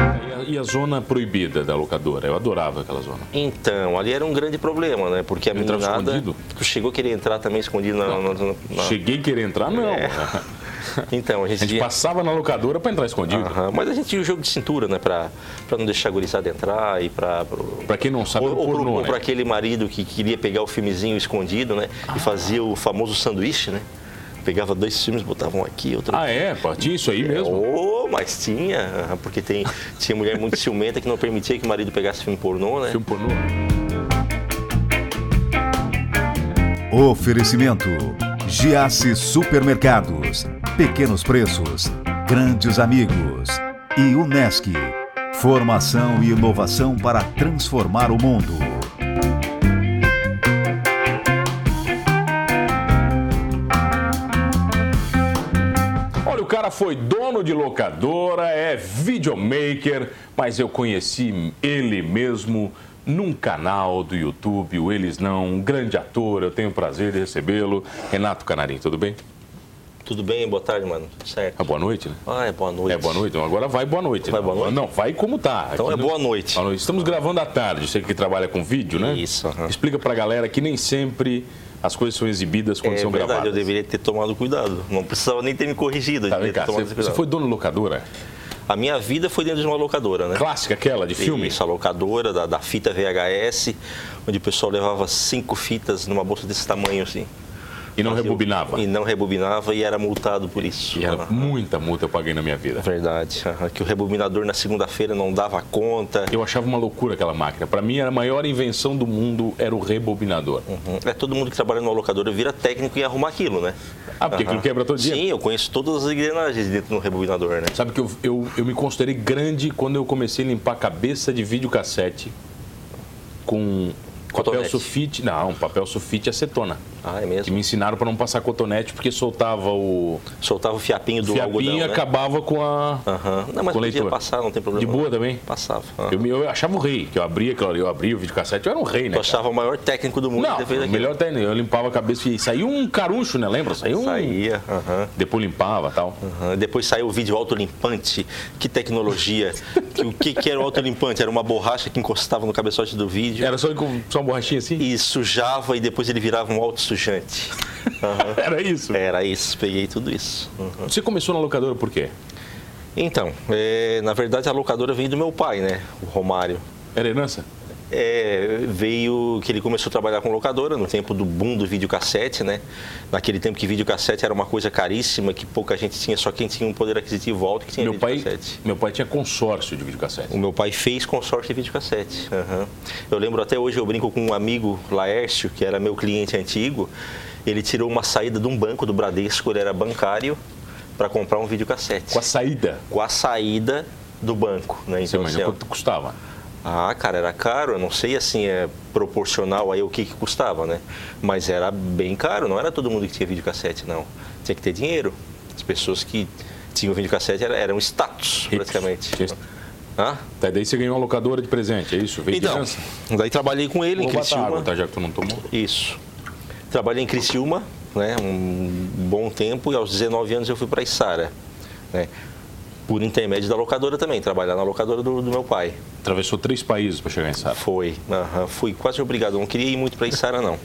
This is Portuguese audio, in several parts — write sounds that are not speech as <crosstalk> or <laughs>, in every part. a, e a zona proibida da locadora? Eu adorava aquela zona. Então, ali era um grande problema, né? Porque a Eu entrava meninada... escondido? Tu chegou a querer entrar também escondido na... na, na, na... Cheguei a querer entrar, não. Ah. É. <laughs> Então, a A gente gente ia... passava na locadora pra entrar escondido. Aham, Mas a gente tinha o jogo de cintura, né? Pra, pra não deixar a gurizada entrar e pra... pro- Pra quem não sabe, Ah. Ou, era ou pro- pornô, ou né? Ah. pra aquele marido que queria pegar o filmezinho escondido, né? E fazia o famoso sanduíche, né? Pegava dois filmes, botavam aqui, outro Ah, é? Pô, Tinha isso aí mesmo? Oh, mas tinha, porque tem, tinha <laughs> mulher muito ciumenta que não permitia que o marido pegasse filme pornô, né? Filme é um pornô. Oferecimento: Giasse Supermercados, Pequenos Preços, Grandes Amigos e Unesc. Formação e inovação para transformar o mundo. Olha, o cara foi dono de locadora, é videomaker, mas eu conheci ele mesmo num canal do YouTube, o Eles Não, um grande ator, eu tenho o prazer de recebê-lo. Renato Canarim, tudo bem? Tudo bem? Boa tarde, mano. Tudo certo? Ah, boa noite, né? Ah, é boa noite. É boa noite? Então agora vai boa noite. Vai né? boa noite? Não, vai como tá. Então Aqui é no- boa noite. Boa noite. Estamos gravando à tarde, você que trabalha com vídeo, né? Isso, aham. Explica pra galera que nem sempre as coisas são exibidas quando É são verdade, eu gravadas. deveria ter tomado cuidado. Não precisava nem ter me corrigido. eu Tá, vem deveria cá, ter tomado você, esse você cuidado. foi dono de locadora? A minha vida foi dentro de uma locadora, né? Clássica aquela, de filme? Isso, a locadora da, da fita VHS, onde o pessoal levava cinco fitas numa bolsa desse tamanho, assim. E não rebobinava? E não rebobinava e era multado por isso. E era Aham. muita multa eu paguei na minha vida. Verdade. aham, Que o rebobinador na segunda-feira não dava conta. Eu achava uma loucura aquela máquina. Pra mim, a maior invenção do mundo era o rebobinador. Uhum. É todo mundo que trabalha numa locadora vira técnico e arruma aquilo, né? Ah, porque aquilo quebra todo dia? Sim, eu conheço todas as engrenagens dentro do rebobinador, né? Sabe que eu, eu, eu me considerei grande quando eu comecei a limpar a cabeça de videocassete com papel Cotonete. sulfite. Não, papel sulfite e acetona. Ah, é Que mesmo. me ensinaram pra não passar cotonete porque soltava o Soltava o fiapinho do fiapinho algodão, e né? acabava com a. Aham. Não, mas com a podia leitura. passar, não tem De problema. boa também? Passava. aham. Eu, me- eu achava o rei, que eu abria, claro, eu abria o videocassete, eu era um rei, né? Eu cara? achava o maior técnico do mundo Não, que fez aquilo. melhor até eu limpava a cabeça e saiu um caruncho, né? Lembra? Saiu um. Saía. aham, Depois limpava e tal. aham. Depois saiu o vídeo autolimpante. <laughs> Que tecnologia. Que- o que, que era o autolimpante? Era uma borracha que encostava no cabeçote do vídeo Era só, com- só uma borrachinha assim? e sujava e depois ele virava um autossujante. Aham. <laughs> Era isso. Era isso, peguei tudo isso. Uhum. Você começou na locadora por quê? Então, é, na verdade a locadora veio do meu pai, né? O Romário. Era herança? É, veio que ele começou a trabalhar com locadora no tempo do boom do videocassete, né? Naquele tempo que videocassete era uma coisa caríssima, que pouca gente tinha, só quem tinha um poder aquisitivo alto que tinha Meu pai, videocassete. Um meu pai tinha consórcio de videocassete. O meu pai fez consórcio de videocassete. Aham. Eu lembro até hoje, eu brinco com um amigo, Laércio, que era meu cliente antigo. Ele tirou uma saída de um banco do Bradesco, ele era bancário, para comprar um videocassete. Com a saída. Com a saída do banco, né? Você Então, assim, imagina ó, quanto custava? ah, cara, era caro. Eu não sei, assim, é proporcional aí o que, que custava, né? Mas era bem caro. Não era todo mundo que tinha videocassete, não. Tinha que ter dinheiro. As pessoas que tinham videocassete era- eram status, Ricos. praticamente. Tinha- Hã? Tá, daí você ganhou uma locadora de presente, é isso? Veio de Então, herança? daí trabalhei com ele em Vou botar Criciúma. água, tá? Já que tu não tomou. Isso. Trabalhei em Criciúma, né, um bom tempo, e aos 19 anos eu fui para Içara, né? Por intermédio da locadora também, trabalhar na locadora do, do meu pai. Atravessou três países pra chegar em Sara. Foi, aham, fui quase obrigado, não queria ir muito para Içara não.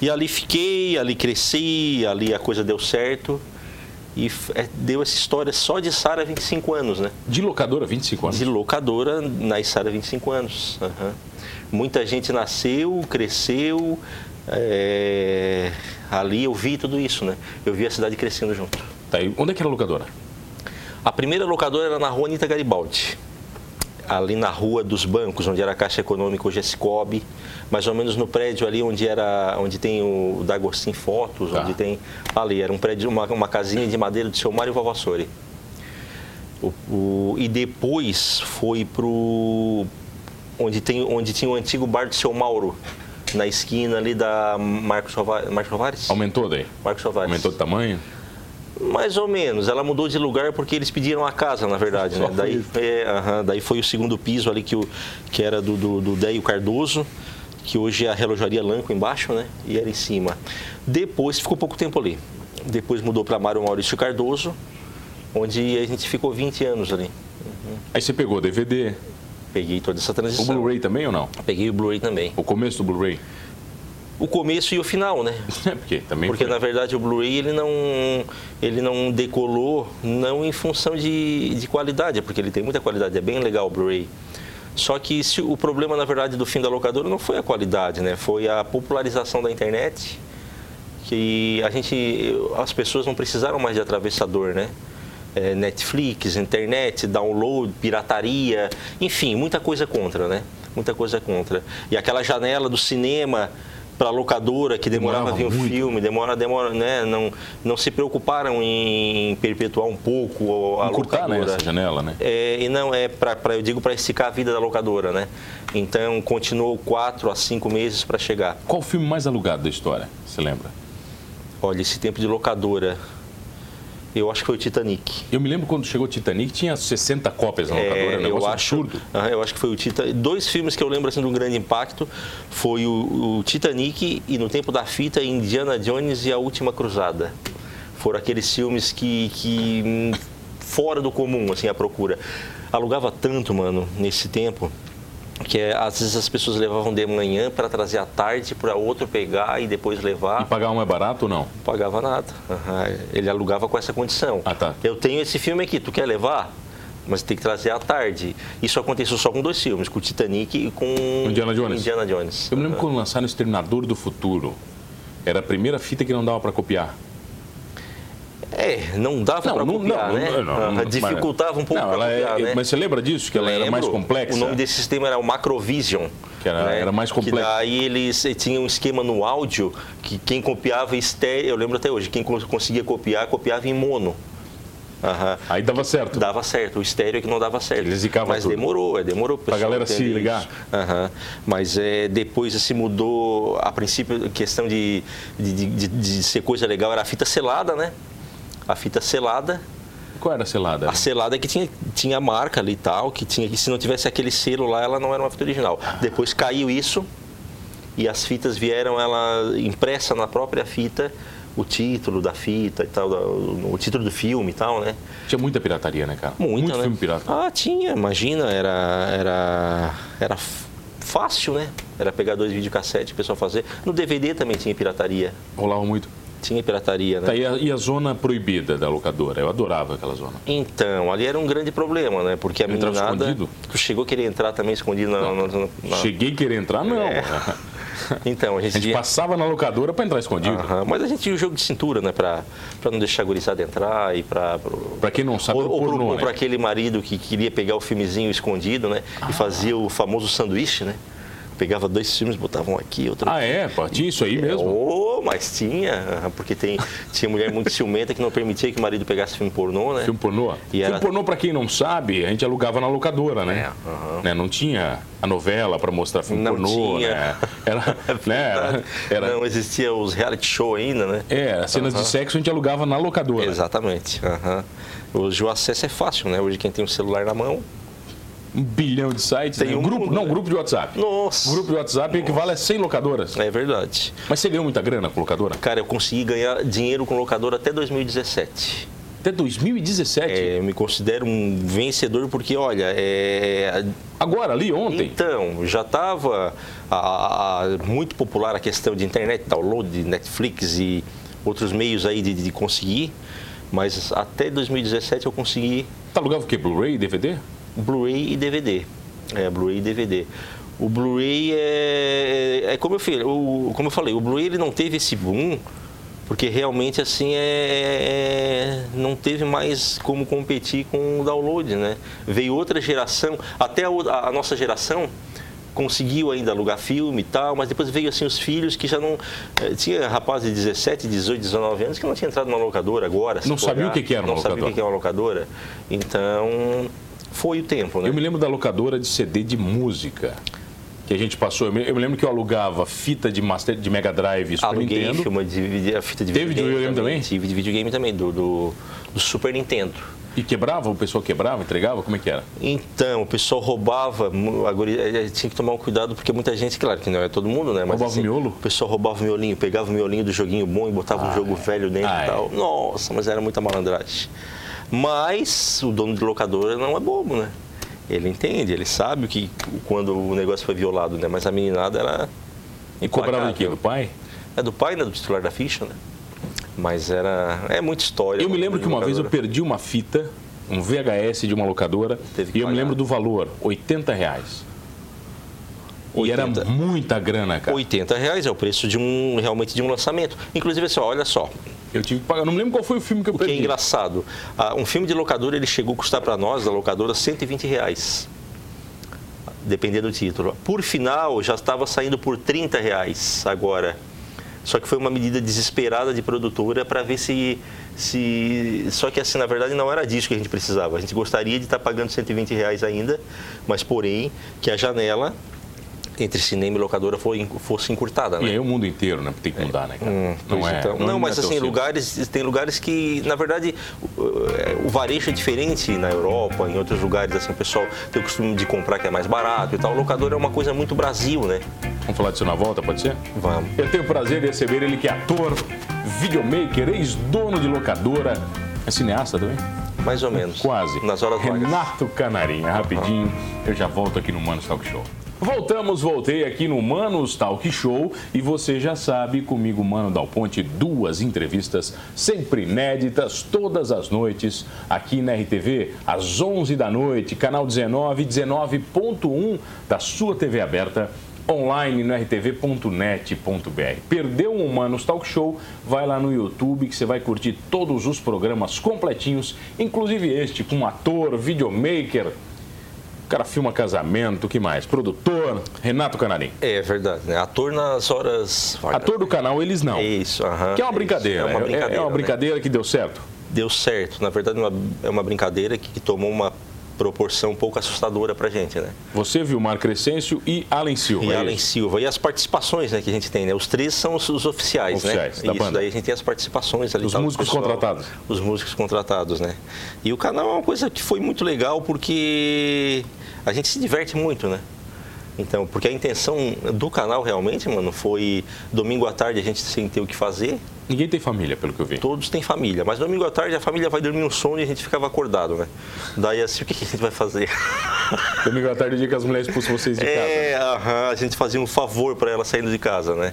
E ali fiquei, ali cresci, ali a coisa deu certo. E f- é, deu essa história só de Sara 25 anos, né? De locadora, 25 anos. De locadora na Içara 25 anos. Aham. Muita gente nasceu, cresceu. é, Ali eu vi tudo isso, né? Eu vi a cidade crescendo junto. Tá, e onde é que era a locadora? A primeira locadora era na rua Anitta Garibaldi. Ali na rua dos bancos, onde era a Caixa Econômica, hoje é Cicobi, mais ou menos no prédio ali onde era, onde tem o D'Agostin Fotos, Tá. onde tem. Ali, era um prédio, uma, uma casinha de madeira do seu Mário Valvassori. O- o- e depois foi pro onde tem onde tinha o antigo bar do seu Mauro na esquina ali da Marcos Rova- Marcos Sovares Aumentou daí? Marcos Sovares Aumentou de tamanho? mais ou menos ela mudou de lugar porque eles pediram a casa na verdade né? Só daí é, aham, daí foi o segundo piso ali que o que era do do, do Deio Cardoso que hoje é a relojaria Lanco embaixo né e era em cima depois ficou pouco tempo ali depois mudou para Mário Maurício Cardoso onde a gente ficou 20 anos ali Uhum. Aí você pegou DVD, Peguei toda essa o transição. Blu-ray também ou não? Peguei o Blu-ray também. O começo do Blu-ray? <laughs> O começo e o final, né? É porque também Porque foi. na verdade o Blu-ray ele não, ele não decolou não em função de, de qualidade, porque ele tem muita qualidade, é bem legal o Blu-ray. Só que se, o problema na verdade do fim da locadora não foi a qualidade, né? Foi a popularização da internet, que a gente, as pessoas não precisaram mais de atravessador, né? É, Netflix, internet, download, pirataria, enfim, muita coisa contra, né? Muita coisa contra. E aquela janela do cinema para locadora que demorava, Demorava a vir um muito. filme, demora, demora, né? Não, não se preocuparam em perpetuar um pouco a Encurtar né, locadora. essa janela, né? É, e não é para eu digo para esticar a vida da locadora, né? Então continuou quatro a cinco meses para chegar. Qual o filme mais alugado da história? Você lembra? Olha, esse tempo de locadora, eu acho que foi o Titanic. Eu me lembro quando chegou Titanic, tinha 60 cópias na locadora, É, um eu negócio acho, absurdo. Aham, eu acho que foi o Titanic. Dois filmes que eu lembro assim de um grande impacto foi o, o Titanic e no tempo da fita Indiana Jones e a Última Cruzada. Foram aqueles filmes que, que hum, fora do comum assim a procura. Alugava tanto, mano, nesse tempo que é, às vezes as pessoas levavam de manhã para trazer à tarde para outro pegar e depois levar E pagar um é barato ou não? pagava nada. Aham, Ele alugava com essa condição. Ah, tá. Eu tenho esse filme aqui, tu quer levar? Mas tem que trazer à tarde. Isso aconteceu só com dois filmes, com o Titanic e com Indiana Jones. Indiana Jones. Eu me lembro quando lançaram Exterminador do Futuro. Era a primeira fita que não dava pra copiar. É, não dava Não, para não, copiar, não, né? não, não, Aham, não, mas- Dificultava um pouco Não, para ela é- copiar, né? Mas você lembra disso? Que ela era mais Lembro. complexa? O nome desse sistema era o Macrovision. né? Que era- era mais complexo. Que daí eles eh, tinham um esquema no áudio que quem copiava estéreo, eu lembro até hoje, quem cons- conseguia copiar, copiava em mono. Aham. Aí dava certo. Dava certo, o estéreo é que não dava certo. Eles zicavam Mas tudo. demorou, é, demorou pro Pra pessoal galera se entender ligar. isso. Aham. Mas é, depois se mudou, a princípio, a questão de, de, de- de- de ser coisa legal era a fita selada, né? A fita selada. Qual era a selada? A selada é que tinha, tinha a marca ali e tal, que tinha que se não tivesse aquele selo lá, ela não era uma fita original. Depois caiu isso e as fitas vieram ela impressa na própria fita, o título da fita e tal, da- o título do filme e tal, né? Tinha muita pirataria, né, cara? Muita, Muito né? filme pirata. Ah, tinha, imagina, era, era, era f- fácil, né? Era pegar dois videocassete, o pessoal fazer. No DVD também tinha pirataria. Rolava muito. Tinha pirataria, né? Tá, e, a, e a zona proibida da locadora? Eu adorava aquela zona. Então, ali era um grande problema, né? Porque a Ele entrava meninada... escondido? Tu chegou a querer entrar também escondido na... na- na- na- Cheguei a querer entrar, não. Ah. É. Então, A a <laughs> gente... gente ia- passava na locadora pra entrar escondido. Aham, Mas a gente tinha o jogo de cintura, né? Pra, pra não deixar a gurizada entrar e pra... pro- Pra quem não sabe, Ah. Ou, é o ou pro- pornô, ou né? pra aquele marido que queria pegar o filmezinho escondido, né? Ah. E fazia o famoso sanduíche, né? Pegava dois filmes, botavam aqui, outro Ah, é? Pô, Tinha isso aí mesmo? Oh, mas tinha, aham, porque tem, tinha mulher muito ciumenta que não permitia que o marido pegasse filme pornô, né? <laughs> Filme pornô? E era- Filme pornô, pra quem não sabe, a gente alugava na locadora, né? É, aham. Né, Não tinha a novela pra mostrar filme Não pornô, tinha. <laughs> É né? <laughs> Era, né? Era, era- Não existia os reality show ainda, né? é, cenas de sexo a gente alugava na locadora. Exatamente. aham. Hoje o acesso é fácil, né? Hoje quem tem um celular na mão. Um bilhão de sites. Tem né? um grupo, mundo, não, né? grupo de WhatsApp. Nossa! Grupo de WhatsApp equivale a 100 locadoras. É verdade. Mas você ganhou muita grana com locadora? Cara, eu consegui ganhar dinheiro com locador até 2017. Até 2017. É, eu me considero um vencedor porque, olha, é, Agora, ali ontem. Então, já estava muito popular a questão de internet, download, de Netflix e outros meios aí de, de conseguir, mas até 2017 eu consegui Tá alugava o quê? Blu-ray, DVD? Blu-ray e DVD. É, Blu-ray e DVD. O Blu-ray é, é, é como, eu falei, o, como eu falei, o Blu-ray ele não teve esse boom, porque realmente assim é, é- não teve mais como competir com o download, né? Veio outra geração, até a, o- a- a nossa geração conseguiu ainda alugar filme e tal, mas depois veio assim os filhos que já não... eh, Tinha rapaz de 17, 18, 19 anos que não tinha entrado numa locadora agora. se Não for sabia o olhar, que que era uma Não sabia locadora. o que que é uma locadora. Então, foi o tempo, né? Eu me lembro da locadora de CD de música. Que a gente passou. Eu me, eu me lembro que eu alugava fita de, Master, de Mega Drive e Super Aluguei Nintendo. filme de, vide- a fita de Teve videogame, videogame também? Tive de videogame também, do, do, do Super Nintendo. E quebrava, o pessoal quebrava, entregava? Como é que era? Então, o pessoal roubava, mu- a guri- eh, eh, tinha que tomar um cuidado, porque muita gente, claro que não é todo mundo, né? Mas, Roubava o miolo? O pessoal roubava o miolinho, pegava o miolinho do joguinho bom e botava um jogo velho dentro Ah, é. e tal. Nossa, mas era muita malandragem. Mas o dono de locadora não é bobo, né? Ele entende, ele sabe que quando o negócio foi violado, né? Mas a meninada era. E cobrava de quê? Do pai? É do pai, né? Do titular da ficha, né? Mas era. É muita história. Eu me lembro de que uma vez eu locadora. perdi uma fita, um VHS de uma locadora, Teve que e eu me pagar. lembro do valor, 80 reais. E 80. era muita grana, cara. 80 reais é o preço de um realmente de um lançamento. Inclusive, assim, ó, olha só, Eu tive que pagar. Não me lembro qual foi o filme que eu o que é perdi. engraçado. Ah, um filme de locadora ele chegou a custar para nós, da locadora, 120 reais. Dependendo do título. Por final, já estava saindo por 30 reais agora. Só que foi uma medida desesperada de produtora para ver se, se. Só que assim, na verdade, não era disso que a gente precisava. A gente gostaria de estar pagando 120 reais ainda, mas porém que a janela entre cinema e locadora foi, fosse encurtada. Né? E aí o mundo inteiro, né? Tem que mudar, né, cara? Pois não é. então. Não, é mas tão assim, simples. lugares, tem lugares que, na verdade, o- o- o varejo é diferente na Europa, em outros lugares, assim, o pessoal tem o costume de comprar que é mais barato e tal. O locador é uma coisa muito Brasil, né? Vamos falar disso na volta, pode ser? Vamos. Eu tenho o prazer de receber ele que é ator, videomaker, ex-dono de locadora. É cineasta também? Mais ou menos. Quase. Nas horas vagas. Renato Canarinha, rapidinho, eu já volto aqui no Manos Talk Show. Voltamos, voltei aqui no Manos Talk Show e você já sabe, comigo, Mano Dal Ponte, duas entrevistas sempre inéditas, todas as noites, aqui na RTV, às 11 da noite, canal 19, 19.1 da sua TV aberta online no rtv.net.br. Perdeu um Humanos Talk Show? Vai lá no YouTube que você vai curtir todos os programas completinhos, inclusive este com ator, videomaker, o cara filma casamento, que mais? Produtor, Renato Canarim. É verdade, né? Ator nas horas vagas. Ator do canal Eles Não. É isso, aham. Que é uma isso. brincadeira. É uma brincadeira. é uma né? brincadeira que deu certo. Deu certo. Na verdade, uma- é uma brincadeira que tomou uma proporção um pouco assustadora pra gente, né? Você, Vilmar Crescêncio e Alan Silva. E é Alan isso? Silva. E as participações né, que a gente tem, né? Os três são os, os oficiais, Oficiais, né? da Isso, banda. daí a gente tem as participações ali. Os tá, do músicos pessoal, contratados. Os músicos contratados, né? E o canal é uma coisa que foi muito legal porque a gente se diverte muito, né? Então, porque a intenção do canal realmente, mano, foi domingo à tarde a gente sem ter o que fazer, Ninguém tem família, pelo que eu vi. todos têm família, mas domingo à tarde a família vai dormir um sono e a gente ficava acordado, né? Daí assim, o que que a gente vai fazer? Domingo à tarde, o dia que as mulheres expulsam vocês de casa. né? É, aham, a gente fazia um favor para ela saindo de casa, né?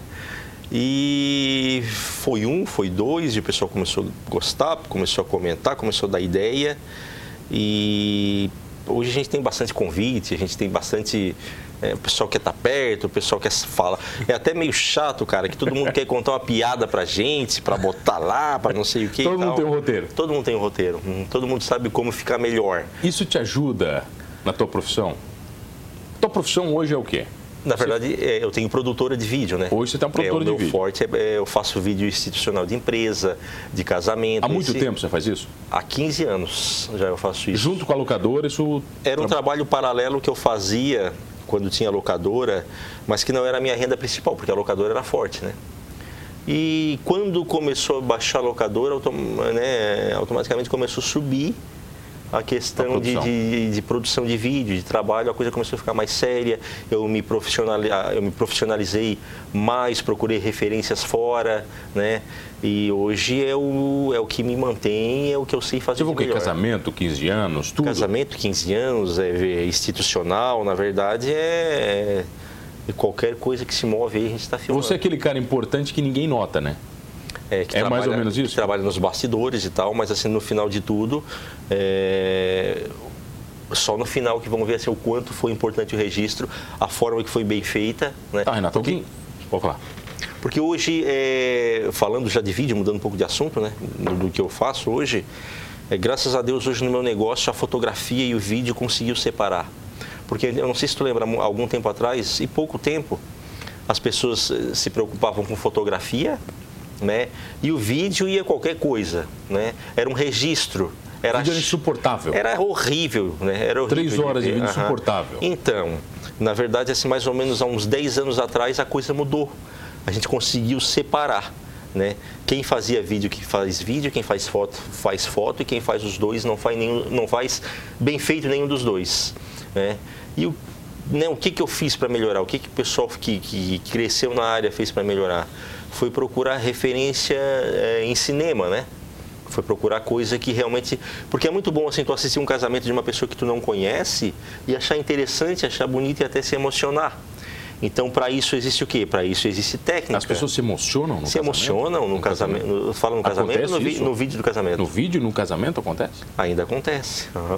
E foi um, foi dois, e o pessoal começou a gostar, começou a comentar, começou a dar ideia. E hoje a gente tem bastante convite, a gente tem bastante. é, o pessoal quer estar perto, o pessoal quer falar. É até meio chato, cara, que todo mundo quer contar uma piada pra gente, pra botar lá, pra não sei o que. Todo mundo tem um roteiro. Todo mundo tem um roteiro. hum, Todo mundo sabe como ficar melhor. Isso te ajuda na tua profissão? Tua profissão hoje é o quê? Na verdade, é, eu tenho produtora de vídeo, né? Hoje você tem uma produtora é, o de meu vídeo. forte, é, é, eu faço vídeo institucional de empresa, de casamento. Há muito Esse- tempo você faz isso? Há 15 anos já eu faço isso. Junto com a locadora, isso. Era um trabalho paralelo que eu fazia quando tinha locadora, mas que não era a minha renda principal, porque a locadora era forte, né? E quando começou a baixar a locadora, autom- né, automaticamente começou a subir a questão A de, produção. de- de produção de vídeo, de trabalho, a coisa começou a ficar mais séria, eu me, profissionali- ah, eu me profissionalizei mais, procurei referências fora, né? E hoje é o, é o que me mantém, é o que eu sei Você fazer viu Tipo o de quê? melhor. Casamento, 15 anos, tudo? Casamento, 15 anos, é, é institucional, na verdade é, é qualquer coisa que se move aí a gente está filmando. Você é aquele cara importante que ninguém nota, né? é, que é mais ou menos que isso? trabalha nos bastidores e tal, mas assim, no final de tudo, é, só no final que vão ver assim, o quanto foi importante o registro, a forma que foi bem feita. Né? Tá, Renato, Porque- alguém. Pode falar. Porque hoje, é, falando já de vídeo, mudando um pouco de assunto, né? Do, do que eu faço hoje, é, graças a Deus hoje no meu negócio a fotografia e o vídeo conseguiu separar. Porque eu não sei se tu lembra, mu- algum tempo atrás, e pouco tempo, as pessoas eh, se preocupavam com fotografia, né? E o vídeo ia qualquer coisa, né? Era um registro. Era Vídeo era ch- insuportável. Era horrível, né? Era horrível Três horas de ver. vídeo Aham. insuportável. Então, na verdade, assim, mais ou menos há uns 10 anos atrás, a coisa mudou. A gente conseguiu separar. Né? Quem fazia vídeo que faz vídeo, quem faz foto faz foto e quem faz os dois não faz, nenhum, não faz bem feito nenhum dos dois. Né? E o, né, o que, que eu fiz para melhorar? O que, que o pessoal que, que cresceu na área fez para melhorar? Foi procurar referência eh, em cinema, né? Foi procurar coisa que realmente. Porque é muito bom assim, tu assistir um casamento de uma pessoa que tu não conhece e achar interessante, achar bonito e até se emocionar. Então, para isso existe o quê? Para isso existe técnica. As pessoas se emocionam no se casamento? emocionam no, casamento, no- falam no casamento Acontece no, vi- isso? no vídeo do casamento. No vídeo, no casamento, acontece? Ainda acontece. <laughs> Aham.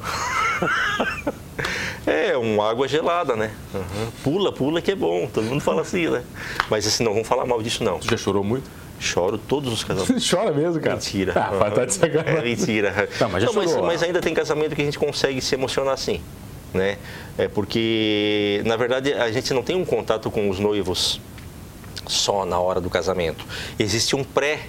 é, uma água gelada, né? Aham. Pula, pula que é bom. Todo mundo fala assim, né? Mas assim, não vamos falar mal disso, não. Tu já chorou <laughs> muito? Choro todos os casamentos. Chora mesmo, cara. Mentira. <laughs> Ah, vai tá de É sacanagem. mentira. Não, mas já chorou, mas né? ainda tem casamento que a gente consegue se emocionar assim, né? É porque, na verdade, a gente não tem um contato com os noivos só na hora do casamento. Existe um pré,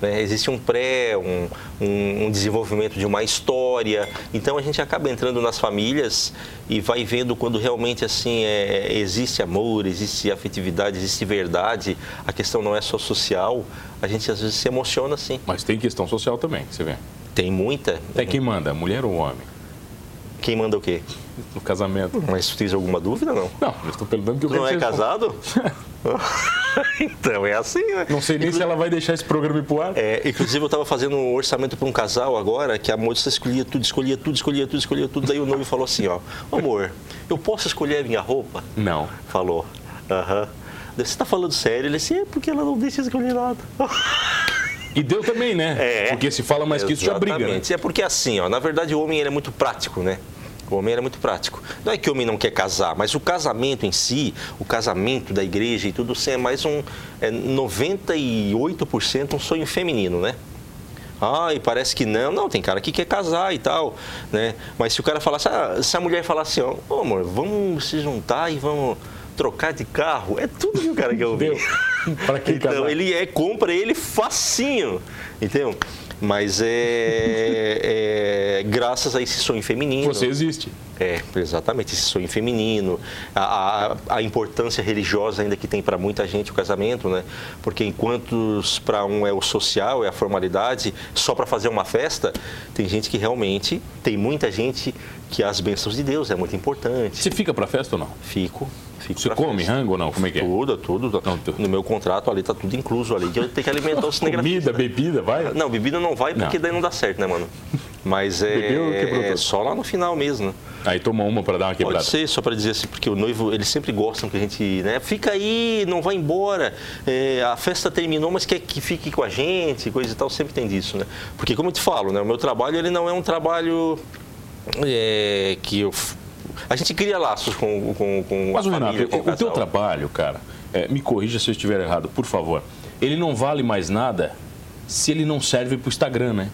né? existe um pré, um, um- um desenvolvimento de uma história. Então a gente acaba entrando nas famílias e vai vendo quando realmente assim é, existe amor, existe afetividade, existe verdade. A questão não é só social. A gente às vezes se emociona assim. Mas tem questão social também, que você vê. Tem muita. Até quem manda, mulher ou homem? Quem manda o quê? No casamento. Mas tu tens alguma dúvida não? Não, eu estou perguntando que eu Tu quero não é que vocês- casado? <laughs> então é assim, né? Não sei nem se é- ela vai deixar esse programa ir pro ar. É, inclusive eu estava fazendo um orçamento para um casal agora, que a moça escolhia tudo, escolhia tudo, escolhia tudo, escolhia tudo. Daí o noivo falou assim, ó, amor, eu posso escolher a minha roupa? Não. Falou. Aham. Daí, Você está falando sério? Ele disse, é porque ela não deixa escolher nada. E deu também, né? É. Porque se fala mais que isso já briga. né? Exatamente. É porque assim, ó, na verdade o homem ele é muito prático, né? O homem ele é muito prático. Não é que o homem não quer casar, mas o casamento em si, o casamento da igreja e tudo, isso é mais um é 98% um sonho feminino, né? Ah, e parece que não. Não, tem cara que quer casar e tal, né? Mas se o cara falasse, ah, se a mulher falasse, ó, "Ô, amor, vamos se juntar e vamos trocar de carro, é tudo que o cara quer ouvir. Pra quem então, casar. ele é, compra ele facinho, entendeu? Mas é, é graças a esse sonho feminino. Você existe. É, exatamente, esse sonho feminino, a, a, a importância religiosa ainda que tem para muita gente o casamento, né? Porque enquanto para um é o social, é a formalidade, só para fazer uma festa, tem gente que realmente, tem muita gente que as bênçãos de Deus é muito importante. Você fica pra festa ou não? Fico, fico. Você pra come festa. rango ou não? Como é que é? Tudo, tudo. Não, tu- No meu contrato ali tá tudo incluso ali, que eu tenho que <laughs> alimentar o cinegrafista. Comida, bebida, vai? Não, bebida não vai porque Não. daí não dá certo, né, mano? Mas Bebeu, quebrou é, é tudo. só lá no final mesmo, né? Aí toma uma pra dar uma quebrada. Pode ser, só para dizer assim, porque o noivo, eles sempre gostam que a gente, né? Fica aí, não vai embora. é, a festa terminou, mas quer que fique com a gente, coisa e tal, sempre tem disso, né? Porque como eu te falo, né? O meu trabalho, ele não é um trabalho é, que eu... f- A gente cria laços com, com, com Mas, a o Renato, família, com o, teu casal. trabalho, cara, é, me corrija se eu estiver errado, por favor. Ele não vale mais nada se ele não serve pro Instagram, né?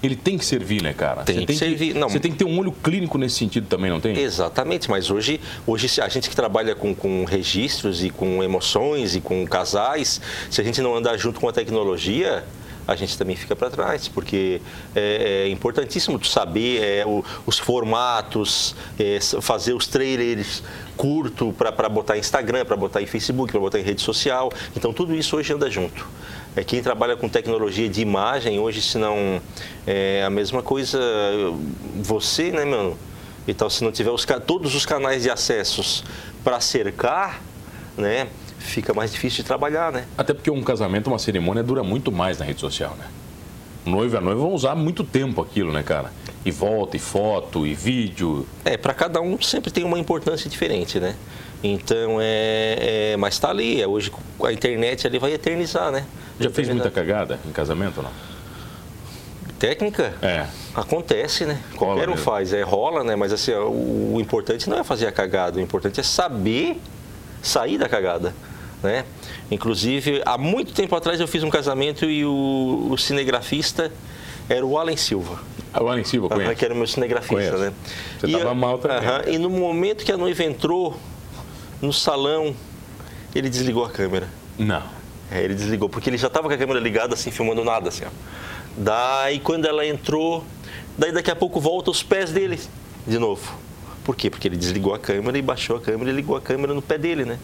Ele tem que servir, né, cara? Tem Você que servir, não. Você tem que ter um olho clínico nesse sentido também, não tem? Exatamente, mas hoje, hoje se a gente que trabalha com, com registros e com emoções e com casais, se a gente não andar junto com a tecnologia, a gente também fica para trás, porque é, é importantíssimo tu saber é, o- os formatos, é, s- fazer os trailers curto para botar em Instagram, para botar em Facebook, para botar em rede social. Então tudo isso hoje anda junto. É, quem trabalha com tecnologia de imagem hoje, se não é a mesma coisa, você, né, mano? Então, se não tiver os ca- todos os canais de acessos para cercar, né, fica mais difícil de trabalhar, né? Até porque um casamento, uma cerimônia, dura muito mais na rede social, né? O noivo e a noiva vão usar muito tempo aquilo, né, cara? E volta, e foto, e vídeo. É, para cada um sempre tem uma importância diferente, né? Então, é, é- mas tá ali, é, hoje a internet ali vai eternizar, né? Já fez muita Eternizar. cagada em casamento ou não? técnica? É. Acontece, né? Rola Qualquer um mesmo. faz, é rola, né? Mas assim, ó, o, o importante não é fazer a cagada, o importante é saber sair da cagada, né? Inclusive, há muito tempo atrás eu fiz um casamento e o, o cinegrafista era o Alan Silva, Agora em Silva, aham, conhece? que era o meu cinegrafista, Conheço. né? Você tava eu- mal também. aham, e no momento que a noiva entrou no salão, ele desligou a câmera. Não. É, ele desligou, porque ele já estava com a câmera ligada, assim, filmando nada, assim, ó. Daí, quando ela entrou, daí daqui a pouco volta os pés dele de novo. Por quê? Porque ele desligou a câmera e baixou a câmera e ligou a câmera no pé dele, né?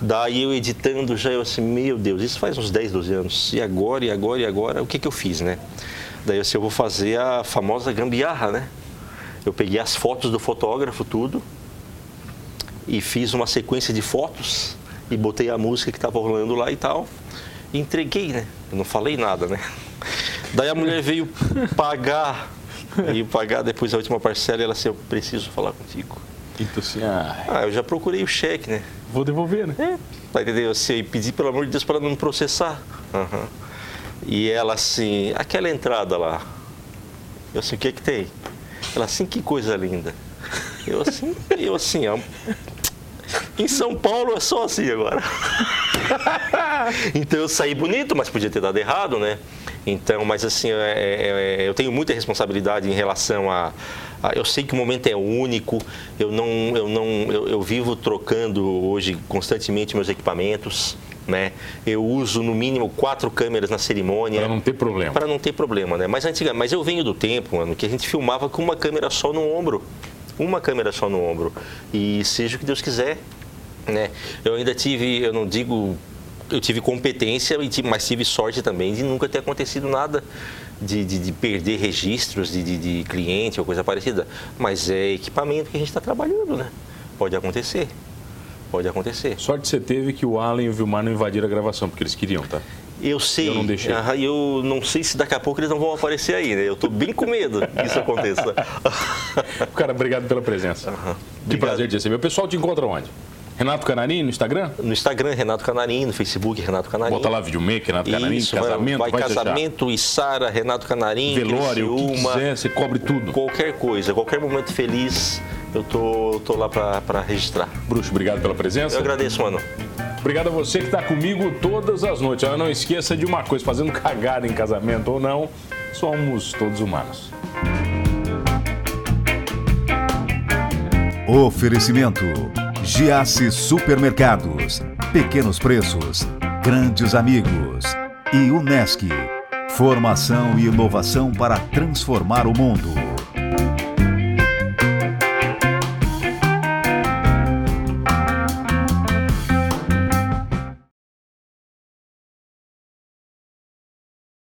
Daí eu editando já, eu assim, meu Deus, isso faz uns 10, 12 anos. E agora, e agora, e agora, o que que eu fiz, né? Daí eu assim, eu vou fazer a famosa gambiarra, né? Eu peguei as fotos do fotógrafo, tudo, e fiz uma sequência de fotos e botei a música que estava rolando lá e tal. E entreguei, né? Eu não falei nada, né? Daí a mulher veio pagar, veio pagar depois a última parcela e ela disse, eu preciso falar contigo. Então assim, ah, Ah, eu já procurei o cheque, né? Vou devolver, né? Tá entendendo? Assim, e pedi, pelo amor de Deus, para ela não me processar. Aham. E ela assim, aquela entrada lá. Eu assim, o que é que tem? Ela assim, que coisa linda. Eu assim, eu assim, ó, em São Paulo é só assim agora. <laughs> então eu saí bonito, mas podia ter dado errado, né? Então, mas assim, é- é- é- eu tenho muita responsabilidade em relação a, a- Eu sei que o momento é único, eu não. Eu, não eu, eu vivo trocando hoje constantemente meus equipamentos, né? Eu uso no mínimo quatro câmeras na cerimônia. para não ter problema. Para não ter problema, né? Mas antiga, mas eu venho do tempo, mano, que a gente filmava com uma câmera só no ombro. Uma câmera só no ombro. E seja o que Deus quiser, né? Eu ainda tive, eu não digo eu tive competência, e ti- mas tive sorte também de nunca ter acontecido nada de, de- de perder registros de, de- de cliente ou coisa parecida. Mas é equipamento que a gente está trabalhando, né? Pode acontecer. Pode acontecer. Sorte você teve que o Alan e o Vilmar não invadiram a gravação, porque eles queriam, tá? Eu sei. Eu não deixei. Aham, e eu não sei se daqui a pouco eles não vão aparecer aí, né? Eu tô bem com medo que isso <laughs> aconteça. Cara, obrigado pela presença. Que Obrigado. prazer de receber. O pessoal te encontra onde? Renato Canarinho no Instagram? No Instagram, Renato Canarim, no Facebook, Renato Canarim. Bota lá videomaker, Renato Canarinho, Isso, vai- casamento, vai, vai, te achar. casamento, Isara, Renato Canarim, velório, o que Criciúma, quiser, você cobre tudo. qualquer coisa, qualquer momento feliz, eu tô, eu tô lá pra, pra registrar. Bruxo, obrigado pela Eu presença. agradeço, mano. Obrigado a você que está comigo todas as noites. Olha, não esqueça de uma coisa, fazendo cagada em casamento ou não, somos todos humanos. Oferecimento: Giasse Supermercados, Pequenos Preços, Grandes Amigos e Unesc. Formação e inovação para transformar o mundo.